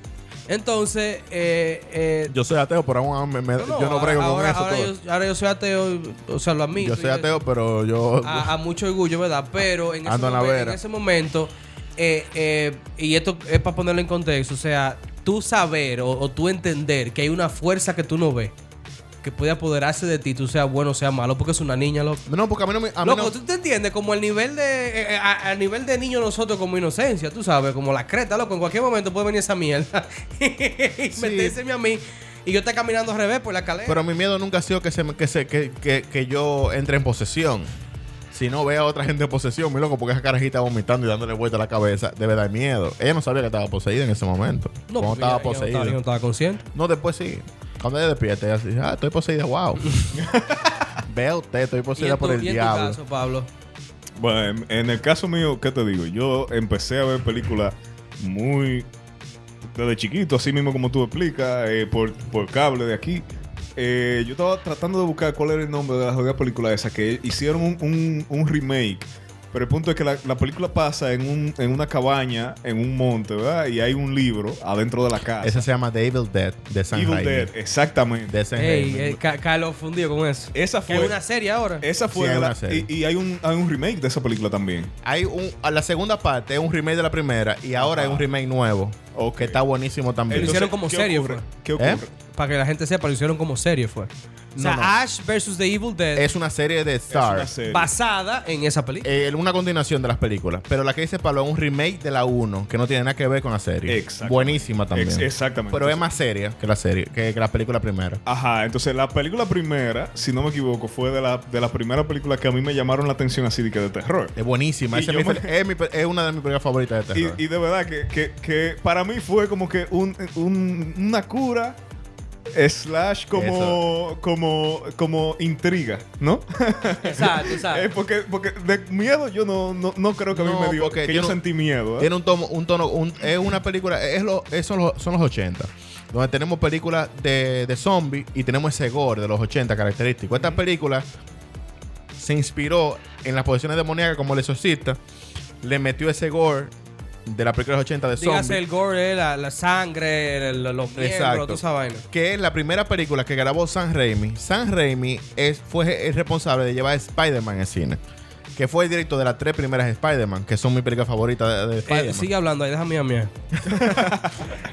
Entonces, eh, eh,
Yo soy ateo, pero aún me- me- yo no
ahora-
brego con
ahora,
eso.
ahora
todo.
yo, ahora yo soy ateo, o sea, lo admito.
yo soy
y-
ateo, pero yo.
a, a mucho orgullo, ¿verdad? Pero en, ese,
Ando en la
momen-
vera.
en ese momento, eh, eh, y esto es para ponerlo en contexto, o sea, tú saber o, o tú entender que hay una fuerza que tú no ves, que puede apoderarse de ti, tú seas bueno o seas malo, porque es una niña, loco.
no, porque a mí no me. a mí
Loco,
no-
¿tú te entiendes? Como el nivel de... eh, eh, a, a nivel de niño nosotros como inocencia, tú sabes, como la creta, loco. En cualquier momento puede venir esa mierda y metérseme a mí. Y yo estar caminando al revés por la escalera.
Pero mi miedo nunca ha sido que, se, me- que, se, que, que, que yo entre en posesión. Si no veo a otra gente en posesión, mi loco, porque esa carajita vomitando y dándole vuelta a la cabeza, debe dar miedo. Ella no sabía que estaba poseída en ese momento. No,
porque ella-
estaba
ella no
poseída.
estaba- ella no
no,
estaba consciente.
después sí. Cuando ella despierta, ella dice, ah, estoy poseída, wow. Vea usted, estoy
y
poseída
en
por
tu-
el
y en tu
diablo.
caso, Pablo.
Bueno, en, en el caso mío, ¿qué te digo? Yo empecé a ver películas muy desde chiquito, así mismo como tú explicas, eh, por, por cable de aquí. Eh, yo estaba tratando de buscar cuál era el nombre de la jodida película esa que hicieron un, un- un remake Pero el punto es que la, la película pasa en, un, en una cabaña, en un monte, ¿verdad? Y hay un libro adentro de la casa.
Esa se llama The Evil Dead de San
Evil
Raimi.
Dead, exactamente.
De San
Ey,
Raimi.
eh, Ca- Carlos fundido con eso.
Esa
Que es
fue.
una serie ahora.
Esa
Sí,
fue.
hay
la-
una serie.
y, y hay un, hay un remake de esa película también.
Hay un, a la segunda parte es un remake de la primera y ahora es un remake nuevo.
Ah. Ok.
Que está buenísimo también.
Lo hicieron como
¿qué
serie, pues.
ocurre?
fue.
¿Qué ocurre?
¿Eh?
Para que la gente sepa, lo hicieron como serie fue. O sea,
No, no.
Ash versus The Evil Dead
es una serie de
Es una
Star.
serie.
basada en esa película.
Eh, una continuación de las películas. Pero la que dice Pablo es un remake de la 1, que no tiene nada que ver con la serie.
Exactamente.
Buenísima también.
Ex- exactamente.
Pero es más seria que la serie, que, que la película primera.
Ajá, entonces la película primera, si no me equivoco, fue de la, de la primera película que a mí me llamaron la atención así de que de terror.
Es buenísima.
Y
Esa
yo
es, mi
me-
pel- es mi pe- es una de mis películas favoritas de
Y,
terror.
y de verdad que, que- que para mí fue como que un- un- una cura slash como, como, como intriga, ¿no?
Exacto,
Eh,
exacto.
porque, porque de miedo yo no, no, no creo que a mí
No,
me dio,
porque
que yo
tiene un-
sentí miedo. ¿eh?
Tiene un tono, un tono un- es una película, es lo, es- son, los, son los 80, donde tenemos películas de, de zombies y tenemos ese gore de los 80 característico. Esta película se inspiró en las posiciones demoníacas como el exorcista, le metió ese gore de la película de los 80 de
Dígase
zombies.
el gore, la, la sangre, el- los miembros,
Exacto.
toda esa vaina.
Que es la primera película que grabó San Raimi. San Raimi es, fue el responsable de llevar a Spider-Man en cine. Que fue el director de las tres primeras Spider-Man, que son mi película favorita de, de
Eh,
Spider-Man.
sigue hablando ahí, déjame a mí.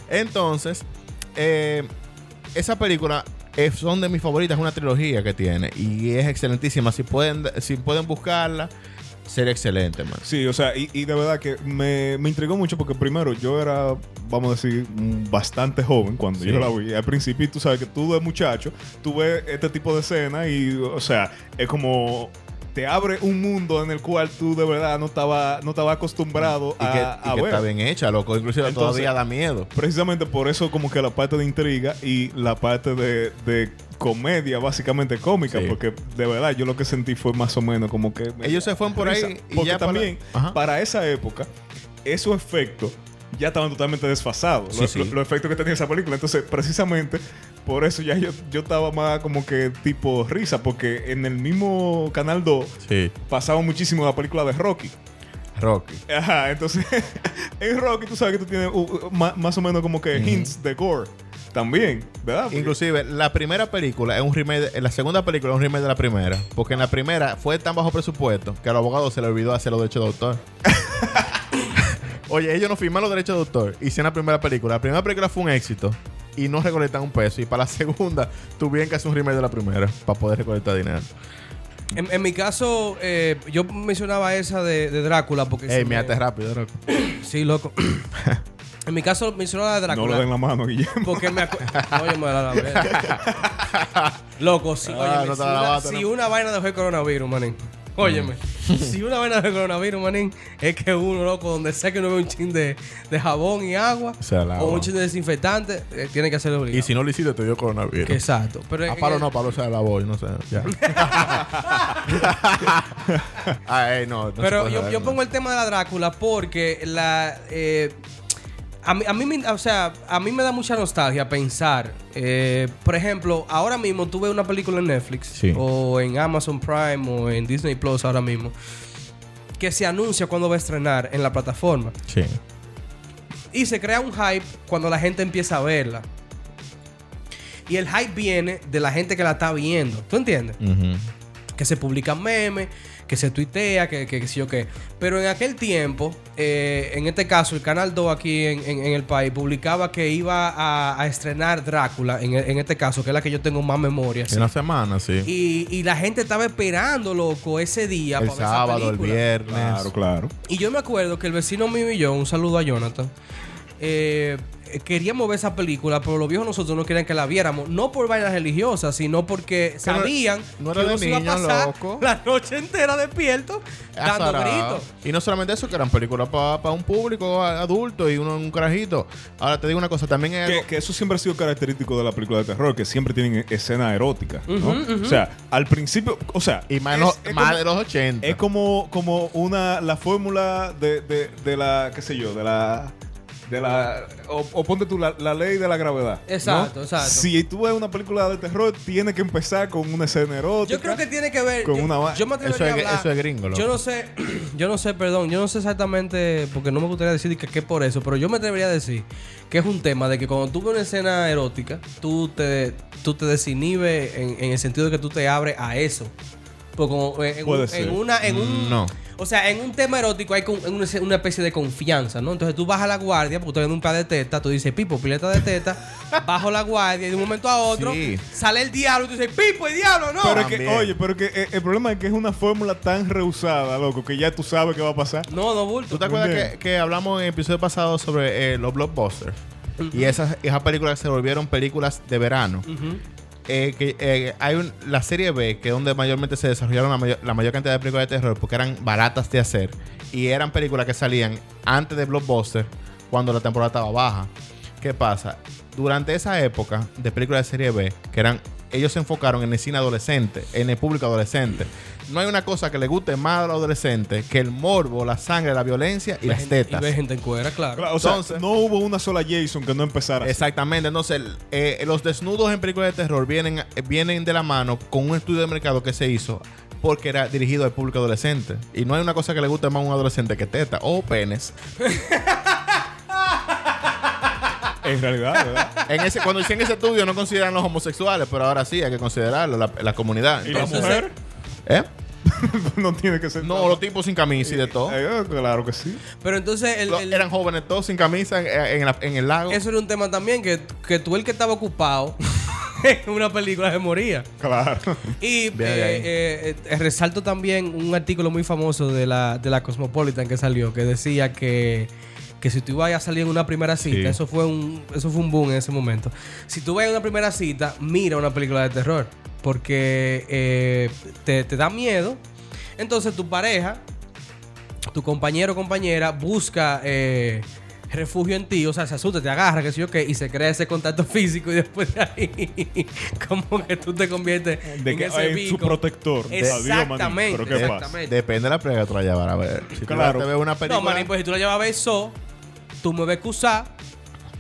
Entonces, eh, esa película es, son de mis favoritas, es una trilogía que tiene y es excelentísima. Si pueden, si pueden buscarla, sería excelente, man.
Sí, o sea, y, y de verdad que me, me intrigó mucho porque primero yo era, vamos a decir, mm, bastante joven cuando
Sí.
yo la vi. Al principio, tú sabes que tú de muchacho, tú ves este tipo de escena y, o sea, es como... Te abre un mundo en el cual tú de verdad no estaba, no estaba acostumbrado
Y
a,
que, y
a
que
ver.
está bien hecha, loco. Inclusive
ah, Entonces-
todavía da miedo.
Precisamente por eso como que la parte de intriga y la parte de, de comedia, básicamente cómica,
Sí.
porque de verdad yo lo que sentí fue más o menos como que... me-
Ellos se fueron por
risa.
ahí y
Porque
ya para-
también
Ajá.
para... esa época, esos efectos ya estaban totalmente desfasados.
Sí,
los,
sí.
los- los efectos que tenía esa película. Entonces, precisamente por eso ya yo, yo estaba más como que tipo risa, porque en el mismo Canal 2
Sí.
pasaba muchísimo la película de Rocky.
Rocky.
Ajá, entonces en Rocky tú sabes que tú tienes uh, uh, ma- más o menos como que
Ujú.
hints de gore también, ¿verdad? Porque-
Inclusive, la primera película es un remake, de- la segunda película es un remake de la primera. Porque en la primera fue tan bajo presupuesto que a los abogados se le olvidó hacer los derechos de autor. Oye, ellos no firmaron los derechos de autor. Hicieron la primera película. La primera película fue un éxito y no recolectaron un peso. Y para la segunda tuvieron que hacer un remake de la primera para poder recolectar dinero.
En, en mi caso, eh, yo mencionaba esa de, de Drácula porque...
Ey,
se me-
mírate rápido, loco.
Sí, loco. en mi caso, mencionaba la de
no
Drácula.
le den la mano, Guillermo.
Porque me acu- Oye, me da la verga. Loco, sí,
Ah,
óyeme,
no te
si,
la
una,
lavaste,
si
¿no?
una vaina dejó el coronavirus, manín. Óyeme, si una vaina dejó el coronavirus, manín, es que uno, loco, donde sea que uno ve un chin de, de jabón y agua,
Se lava.
o un chin de desinfectante, eh, tiene que hacerlo obligado.
Y si no lo hiciste, te dio coronavirus.
Que Exacto. Pero
A
en
Pablo
el-
no, a Pablo se la voz, no sé. Ya. Ay, Ah, no, no se
Pero
puede
yo,
saber,
yo
no.
pongo el tema de la Drácula porque la... eh, a mí, a mí me- o sea, a mí me da mucha nostalgia pensar. eh, por ejemplo, ahora mismo tú ves una película en Netflix
Sí.
o en Amazon Prime o en Disney Plus ahora mismo que se anuncia cuando va a estrenar en la plataforma.
Sí.
Y se crea un hype cuando la gente empieza a verla. Y el hype viene de la gente que la está viendo. ¿Tú entiendes?
Ujú.
que se publican memes, que se tuitea, que, que, que sí o qué. Pero en aquel tiempo, eh, en este caso, el Canal 2 aquí en, en- en el país publicaba que iba a, a estrenar Drácula, en, en este caso, que es la que yo tengo más memoria. sí.
En la semana, sí.
Y, y la gente estaba esperando, loco, ese día
el
para ver esa
sábado, el
película.
viernes.
Claro, claro.
Y yo me acuerdo que el vecino mío y yo, un saludo a Jonathan, eh, queríamos ver esa película, pero los viejos nosotros no querían que la viéramos. No por vainas religiosas, sino porque sabían
no
que
era de
uno se iba a
niños,
pasar
loco. Ah,
la noche entera despierto dando
Azarado.
gritos.
Y no solamente eso, que eran películas para un público a- adulto y uno un carajito. Ahora te digo una cosa, también es
Que,
algo-
que eso siempre ha sido característico de la película de terror, que siempre tienen e, escena erótica, ¿no?
Ujú, ujú.
O sea, al principio, o sea...
Y más,
es-
en los-
es
más
como-
de los 80.
Es como, como una, la fórmula de, de, de la, qué sé yo, de la, de la, o, o ponte tú la, la ley de la gravedad. ¿no?
Exacto, exacto.
Si tú ves una película de terror, tiene que empezar con una escena erótica.
Yo creo que tiene que ver
Con
yo,
una va-
yo me
Eso es
atrevería a
gr-
hablar-
eso es gringo, loco.
Yo no sé, yo no sé, perdón, yo no sé exactamente porque no me gustaría decir que qué por eso, pero yo me atrevería a decir que es un tema de que cuando tú ves una escena erótica, tú te tú te desinhibes en, en el sentido de que tú te abres a eso. Porque como eh, en, en
Puede
un-
ser.
en una en un
No.
o sea, en un tema erótico hay con- una una especie de confianza, ¿no? Entonces tú bajas la guardia, porque tú ves un par de tetas, tú dices, Pipo, pileta de tetas, bajo la guardia y de un momento a otro
Sí.
sale el diablo y tú dices, Pipo, el diablo, no.
Pero es que,
También.
oye, pero que eh, el problema es que es una fórmula tan rehusada, loco, que ya tú sabes qué va a pasar.
No, no, bulto.
¿Tú te acuerdas
Bien.
que, que hablamos en el episodio pasado sobre eh, los blockbusters? Y esas, esas películas se volvieron películas de verano.
Ujú.
Eh, que, eh, hay un- la serie B, que es donde mayormente se desarrollaron la mayor, la mayor cantidad de películas de terror, porque eran baratas de hacer. Y eran películas que salían antes de Blockbuster, cuando la temporada estaba baja. ¿Qué pasa? Durante esa época de películas de serie B, que eran. Ellos se enfocaron en el cine adolescente, en el público adolescente. No hay una cosa que le guste más a los adolescentes que el morbo, la sangre, la violencia y las tetas.
Y ve gente en cuera, claro.
Claro, O sea,
Entonces-
no hubo una sola Jason que no empezara. así.
Exactamente, entonces el- eh, los desnudos en películas de terror vienen, eh, vienen de la mano con un estudio de mercado que se hizo porque era dirigido al público adolescente. Y no hay una cosa que le guste más a un adolescente que teta o penes.
En realidad, ¿verdad?
En ese, cuando hicieron ese estudio no consideran los homosexuales, pero ahora sí hay que considerarlo, la, la comunidad.
Y la
Entonces-
mujer
¿Eh?
no tiene que ser.
No, los tipos sin camisa y de todo.
Eh, claro que sí.
Pero entonces, el-
Lo-
el-
eran jóvenes todos sin camisa en, en la- en el lago.
eso era un tema también, que, que tú el que estaba ocupado en una película se moría.
Claro.
Y eh,
Ve ahí.
eh, eh, resalto también un artículo muy famoso de la, de la Cosmopolitan que salió, que decía que, que si tú ibas a salir en una primera cita,
Sí.
eso, fue un, eso fue un boom en ese momento, si tú vas a una primera cita, mira una película de terror, porque eh, te, te da miedo, entonces tu pareja, tu compañero o compañera busca... eh, Refugio en ti, o sea, se asusta, te agarra, qué sé yo qué, y se crea ese contacto físico y después de ahí, como que tú te conviertes
De que hay su protector. Adiós, manín.
Exactamente.
Pero ¿qué pasa?
exactamente.
Depende de la pelea que tú la llevas a ver. Si tú
Claro.
te ves una película...
No, manín, pues si tú la llevas a ver so, tú me ves que usar,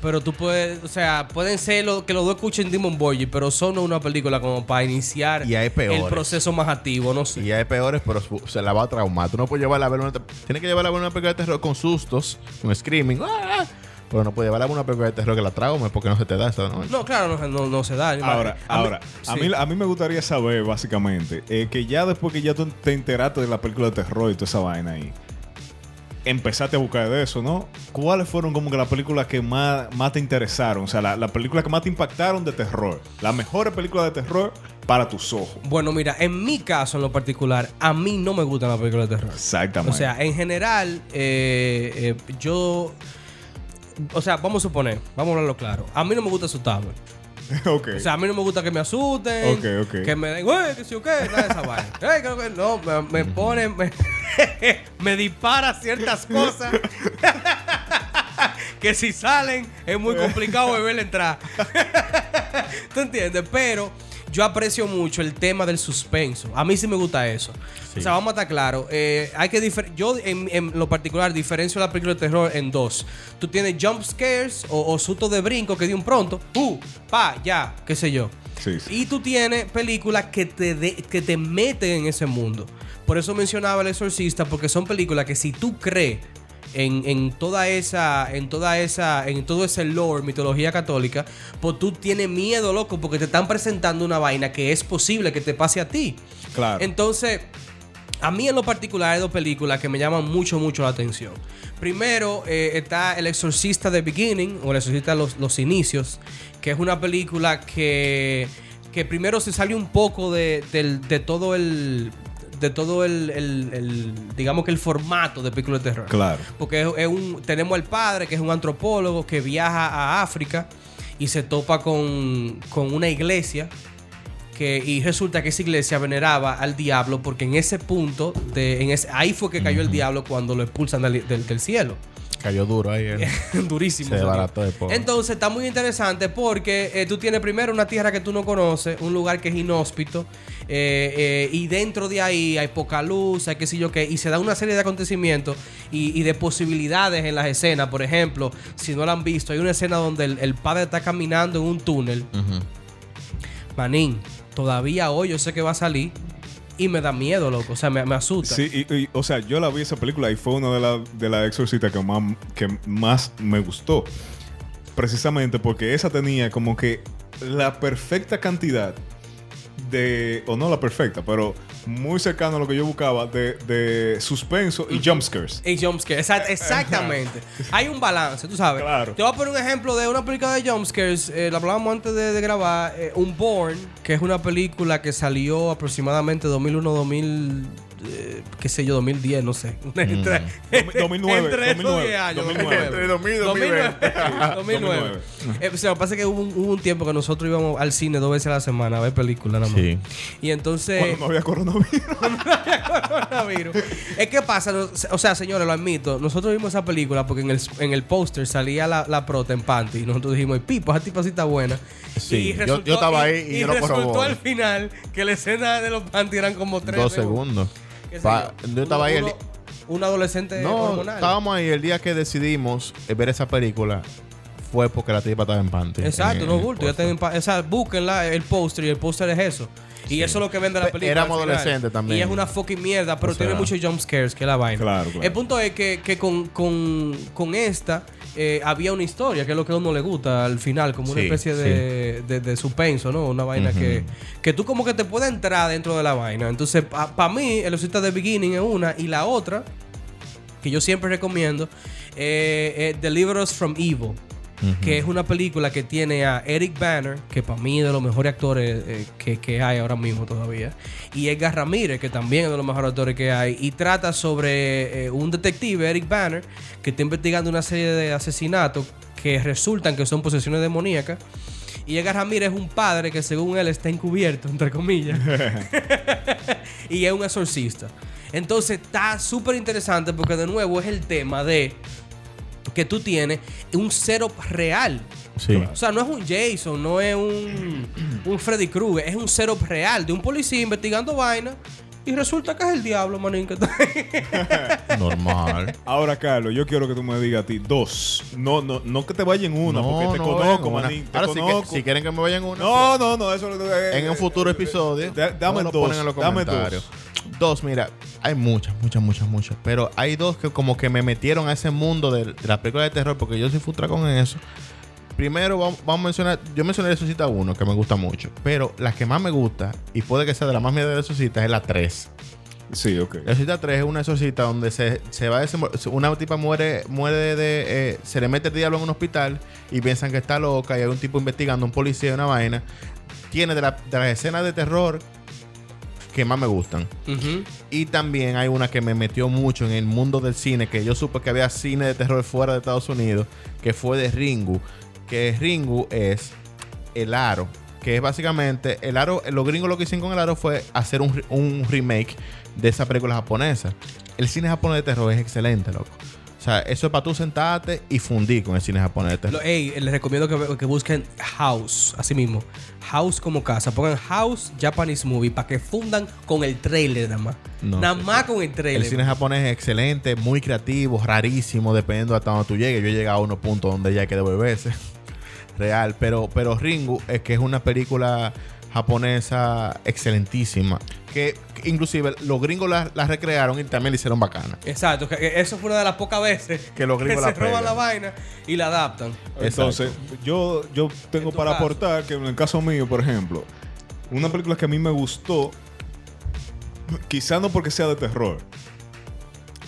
pero tú puedes, o sea, pueden ser lo, que los dos escuchen Demon Boy, pero son no es una película como para iniciar
Y hay peores.
el proceso más activo, no sé.
Y hay peores, pero su- se la va a traumar. Tú no puedes llevarla a ver una. Tienes que llevarla a ver una película de terror con sustos, con screaming. ¡ah! Pero no puedes llevarla a ver una película de terror que la traume porque no se te da eso, ¿no?
No, claro, no, no- no se da.
Ahora,
A mí-
ahora, a
sí.
mí, a mí me gustaría saber, básicamente, eh, que ya después que ya tú te enteraste de la película de terror y toda esa vaina ahí, empezaste a buscar de eso, ¿no? ¿Cuáles fueron como que las películas que más, más te interesaron? O sea, las la películas que más te impactaron de terror. Las mejores películas de terror para tus ojos.
Bueno, mira, en mi caso en lo particular, a mí no me gustan las películas de terror.
Exactamente.
O sea, en general, eh, eh, yo. O sea, vamos a suponer, vamos a hablarlo claro. A mí no me gusta asustarme.
ok.
O sea, a mí no me gusta que me asusten.
Ok, ok.
Que me den, güey, que si o qué, nada de esa vaina. Ey, que lo que- no, me, me pone, me, me dispara ciertas cosas. que si salen, es muy complicado volver a entrar. ¿Tú entiendes? Pero yo aprecio mucho el tema del suspenso. A mí sí me gusta eso. O sea, vamos a estar claros. Eh, hay que difer- yo, en, en lo particular, diferencio la película de terror en dos. Tú tienes jump scares o, o sustos de brinco que de un pronto, ¡uh! ¡pa! Ya, qué sé yo.
Sí, sí.
Y tú tienes películas que te, de- que te meten en ese mundo. Por eso mencionaba El Exorcista, porque son películas que si tú crees en, en toda esa, en toda esa, en todo ese lore, mitología católica, pues tú tienes miedo, loco, porque te están presentando una vaina que es posible que te pase a ti.
claro.
Entonces, a mí en lo particular hay dos películas que me llaman mucho, mucho la atención. Primero eh, está El Exorcista de Beginning, o El Exorcista de los, los Inicios, que es una película que, que primero se sale un poco de, del- de todo el... De todo el, el- el- digamos que el formato de película de terror.
Claro.
Porque es, es un, tenemos al padre, que es un antropólogo, que viaja a África y se topa con, con una iglesia. Que, y resulta que esa iglesia veneraba al diablo porque en ese punto, de, en ese, ahí fue que cayó el diablo cuando lo expulsan del, del- del cielo.
Cayó duro ahí. eh.
Durísimo.
Se
señor.
desbarató de poco.
Entonces está muy interesante porque eh, tú tienes primero una tierra que tú no conoces, un lugar que es inhóspito, eh, eh, y dentro de ahí hay poca luz, hay qué sé yo qué, y se da una serie de acontecimientos y, y de posibilidades en las escenas. Por ejemplo, si no la han visto, hay una escena donde el, el padre está caminando en un túnel. Manín, todavía hoy yo sé que va a salir y me da miedo, loco, o sea, me, me asusta.
Sí, y, y, o sea, yo la vi esa película y fue una de las de la exorcista que más, que más me gustó. Precisamente porque esa tenía como que la perfecta cantidad de. O no la perfecta, pero muy cercano a lo que yo buscaba de, de suspenso y jumpscares.
Y jumpscare, exact- exactamente. Hay un balance, tú sabes.
Claro.
Te voy a poner un ejemplo de una película de jumpscares. Eh, la hablábamos antes de, de grabar. eh, Unborn, que es una película que salió aproximadamente 2001, 2000, eh, qué sé yo, 2010, no sé.
Mm.
Entre-
2009,
entre esos
2009,
10 años,
2009.
Entre 2000 y 2020.
2009. 2009. Eh, o sea, lo que pasa es que hubo un, hubo un tiempo que nosotros íbamos al cine dos veces a la semana a ver películas nada más.
Sí.
Y entonces...
Cuando no había coronavirus.
coronavirus. Es que pasa, no- o sea, señores, lo admito. Nosotros vimos esa película porque en el, en el póster salía la, la prota en panty y nosotros dijimos, "Ay, pipo, esa tipa sí está buena.
Sí, yo- yo estaba ahí y yo lo
resultó
corroboro.
al final que la escena de los panty eran como tres.
Dos
¿no?
segundos.
Qué sé
Pa-
yo.
yo estaba ahí. el
Uno-
di-
Un adolescente
no,
hormonal.
estábamos ahí. El día que decidimos eh, ver esa película fue porque la tipa estaba en panty.
Exacto,
En-
no
en el
bulto. Ya
póster.
tienen pa- o sea, búsquenla, el póster y el póster es eso. Y eso es lo que vende la
Pe-
película.
Eh, éramos
al final.
adolescentes también.
Y es una fucking mierda, pero
O
tiene
sea.
muchos jump scares, que es la vaina.
Claro, claro.
El punto es que, que con, con, con esta eh, había una historia, que es lo que a uno le gusta al final, como una
Sí,
especie de, de, de suspenso, ¿no? Una vaina que, que tú como que te puedes entrar dentro de la vaina. Entonces, para mí, el osita de Beginning es una y la otra que yo siempre recomiendo, eh, eh, Deliver Us From Evil, que es una película que tiene a Eric Banner, que para mí es de los mejores actores eh, que, que hay ahora mismo todavía, y Edgar Ramírez, que también es de los mejores actores que hay, y trata sobre eh, un detective, Eric Banner, que está investigando una serie de asesinatos que resultan que son posesiones demoníacas. Y Edgar Ramírez es un padre que según él está encubierto, entre comillas. y es un exorcista. Entonces está súper interesante porque de nuevo es el tema de que tú tienes un cero real.
Sí.
O sea, no es un Jason, no es un, un Freddy Krueger, es un cero real de un policía investigando vaina y resulta que es el diablo, manín, que está ahí.
Normal.
Ahora, Carlos, yo quiero que tú me digas a ti dos. No, no, no que te vayan una, porque te
no vayan
conozco,
una.
manín. Te
Ahora, si, que-
conozco.
si quieren que me vayan una.
No, no, no, eso lo- eh,
en un futuro episodio.
Da- dame
no lo
dos,
ponen en los
dame
comentarios. Dos. mira, hay muchas, muchas, muchas, muchas. Pero hay dos que como que me metieron a ese mundo de, de las películas de terror, porque yo soy futracón en eso. Primero vam- vamos, a mencionar, yo mencioné Resucita 1, que me gusta mucho. Pero la que más me gusta, y puede que sea de la más miedo de Resucita, es la 3.
Sí, ok.
La exorcista 3 es una exorcista donde se, se va a desenvol- Una tipa muere, muere de. de, eh, se le mete el diablo en un hospital y piensan que está loca y hay un tipo investigando, un policía y una vaina. Tiene de, la- de las escenas de terror que más me gustan. Y también hay una que me metió mucho en el mundo del cine, que yo supe que había cine de terror fuera de Estados Unidos, que fue de Ringu. Que Ringu es el aro. Que es básicamente, el aro, los gringos lo que hicieron con el aro fue hacer un, re- un remake de esa película japonesa. El cine japonés de terror es excelente, loco. O sea, eso es para tú sentarte y fundir con el cine japonés de
Lo-
terror.
ey, les recomiendo que, ve- que busquen House, así mismo. House como casa. Pongan House Japanese Movie para que fundan con el trailer nada más.
No,
nada
sí,
más con el trailer.
El cine japonés es excelente, muy creativo, rarísimo, dependiendo hasta donde tú llegues. Yo he llegado a unos puntos donde ya hay que devolverse. Real. Pero, pero Ringu es que es una película japonesa excelentísima. Que que inclusive los gringos la, la recrearon y también la hicieron bacana.
Exacto, que- que eso fue una de las pocas veces
Que los gringos
se
la
roban
pegan.
la vaina y la adaptan.
Entonces, yo, yo tengo
tu
para
caso.
aportar que en el caso mío, por ejemplo, una película que a mí me gustó, quizá no porque sea de terror,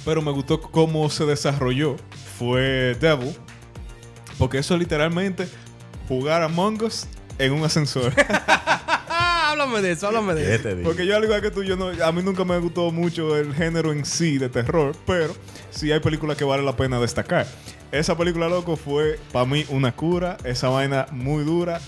pero me gustó cómo se desarrolló, fue Devil, porque eso es literalmente jugar Among Us en un ascensor.
Ah, háblame de eso, háblame de
¿Qué
eso.
te digo?
Porque yo, al igual que tú, yo no, a mí nunca me gustó mucho el género en sí de terror, pero sí hay películas que vale la pena destacar. Esa película, loco, fue para mí una cura, esa vaina muy dura.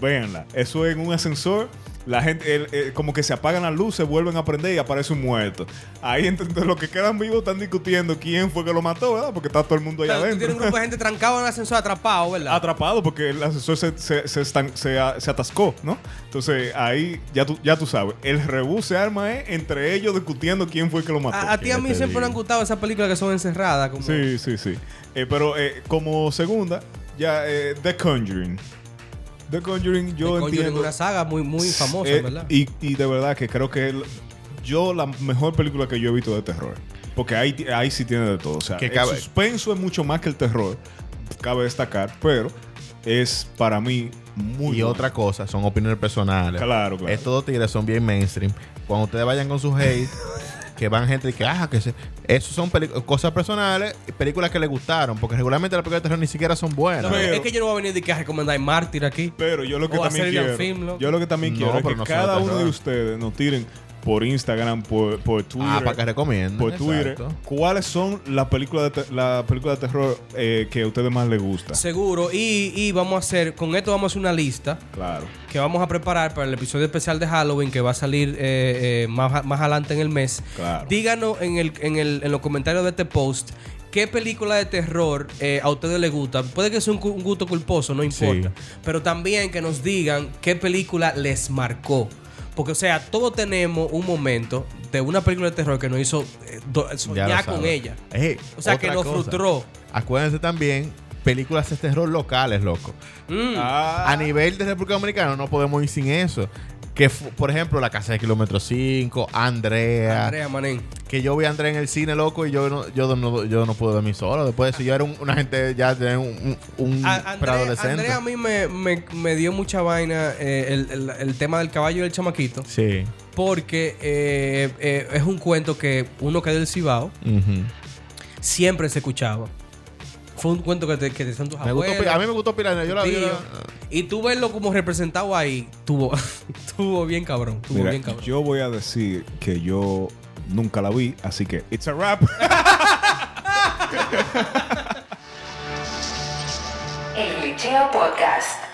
Véanla. Eso es en un ascensor La gente, el- el- como que se apagan las luces, vuelven a prender y aparece un muerto. Ahí entonces los que quedan vivos están discutiendo quién fue que lo mató, ¿verdad? Porque está todo el mundo allá
Claro, tú
adentro.
tienes un grupo de gente trancado en el ascensor atrapado, ¿verdad?
atrapado porque el asesor se, se, se estan- se a- se atascó, ¿no? Entonces ahí ya tú, ya tú sabes, el rebú se arma eh, entre ellos discutiendo quién fue el que lo mató.
a, a ti y a
¿Qué
mí
te
siempre
digo?
me han gustado esas películas que son encerradas. Como...
Sí, sí, sí. Eh, pero eh, como segunda, ya eh, The Conjuring. The Conjuring yo
Yo
entiendo...
una saga muy, muy famosa,
eh,
¿verdad?
y, y de verdad que creo que el- yo la mejor película que yo he visto de terror. Porque ahí, ti- ahí sí tiene de todo. O sea,
Que
el
cabe-
suspenso es mucho más que el terror. Cabe destacar, pero es para mí muy...
y
buena.
otra cosa, son opiniones personales.
Claro, claro.
Estos dos tigres son bien mainstream. Cuando ustedes vayan con sus hate, que van gente que, ah, que se. Esos son peli- cosas personales y películas que les gustaron, porque regularmente las películas de terror ni siquiera son buenas.
No,
pero-
es que yo no voy a venir de que a recomendar Mártir aquí.
Pero yo lo que
O
también
hacer el
quiero,
film, loco.
yo lo que también
No,
quiero es
pero
que
no se
cada
lo
uno de
traslada.
ustedes nos tiren por Instagram, por, por Twitter,
ah, para que recomienden.
por Twitter,
exacto.
cuáles son las películas de te- la película de terror eh, que a ustedes más les gusta.
Seguro. Y, y vamos a hacer, con esto vamos a hacer una lista
Claro.
que vamos a preparar para el episodio especial de Halloween que va a salir eh, eh, más, más adelante en el mes.
Claro.
Díganos en, el, en, el, en los comentarios de este post qué película de terror eh, a ustedes les gusta. Puede que sea un, cu- un gusto culposo, no importa. Pero también que nos digan qué película les marcó. Porque, o sea, todos tenemos un momento de una película de terror que nos hizo eh, do-
Ya lo
soñar con
saben.
ella.
Ey,
O sea, que
otra
nos
cosa.
frustró.
Acuérdense también, películas de terror locales, loco.
Mm.
Ah,
A nivel de República Dominicana no podemos ir sin eso. Que, fu- por ejemplo, La Casa de Kilómetro 5, Andrea.
Andrea Manín.
Que yo vi a Andrea en el cine, loco, y yo no, yo no, yo no pude dormir solo. Después de eso, yo era un- una gente ya de un, un, un
A- Andrea-
Mm, preadolescente.
Andrea a mí me, me- me dio mucha vaina eh, el, el- el tema del caballo y del chamaquito.
Sí.
Porque eh, eh, es un cuento que uno que es del Cibao
Ujú.
siempre se escuchaba. Fue un cuento que te, que te decían tus
Me gustó
abuelos,
Pi- a mí me gustó Piranha. Yo la vi.
tíos. Y tú verlo como representado ahí, tuvo, tuvo bien cabrón. Tuvo
mira,
bien cabrón.
yo voy a decir que yo nunca la vi, así que it's a wrap.
El Glitcheo Podcast.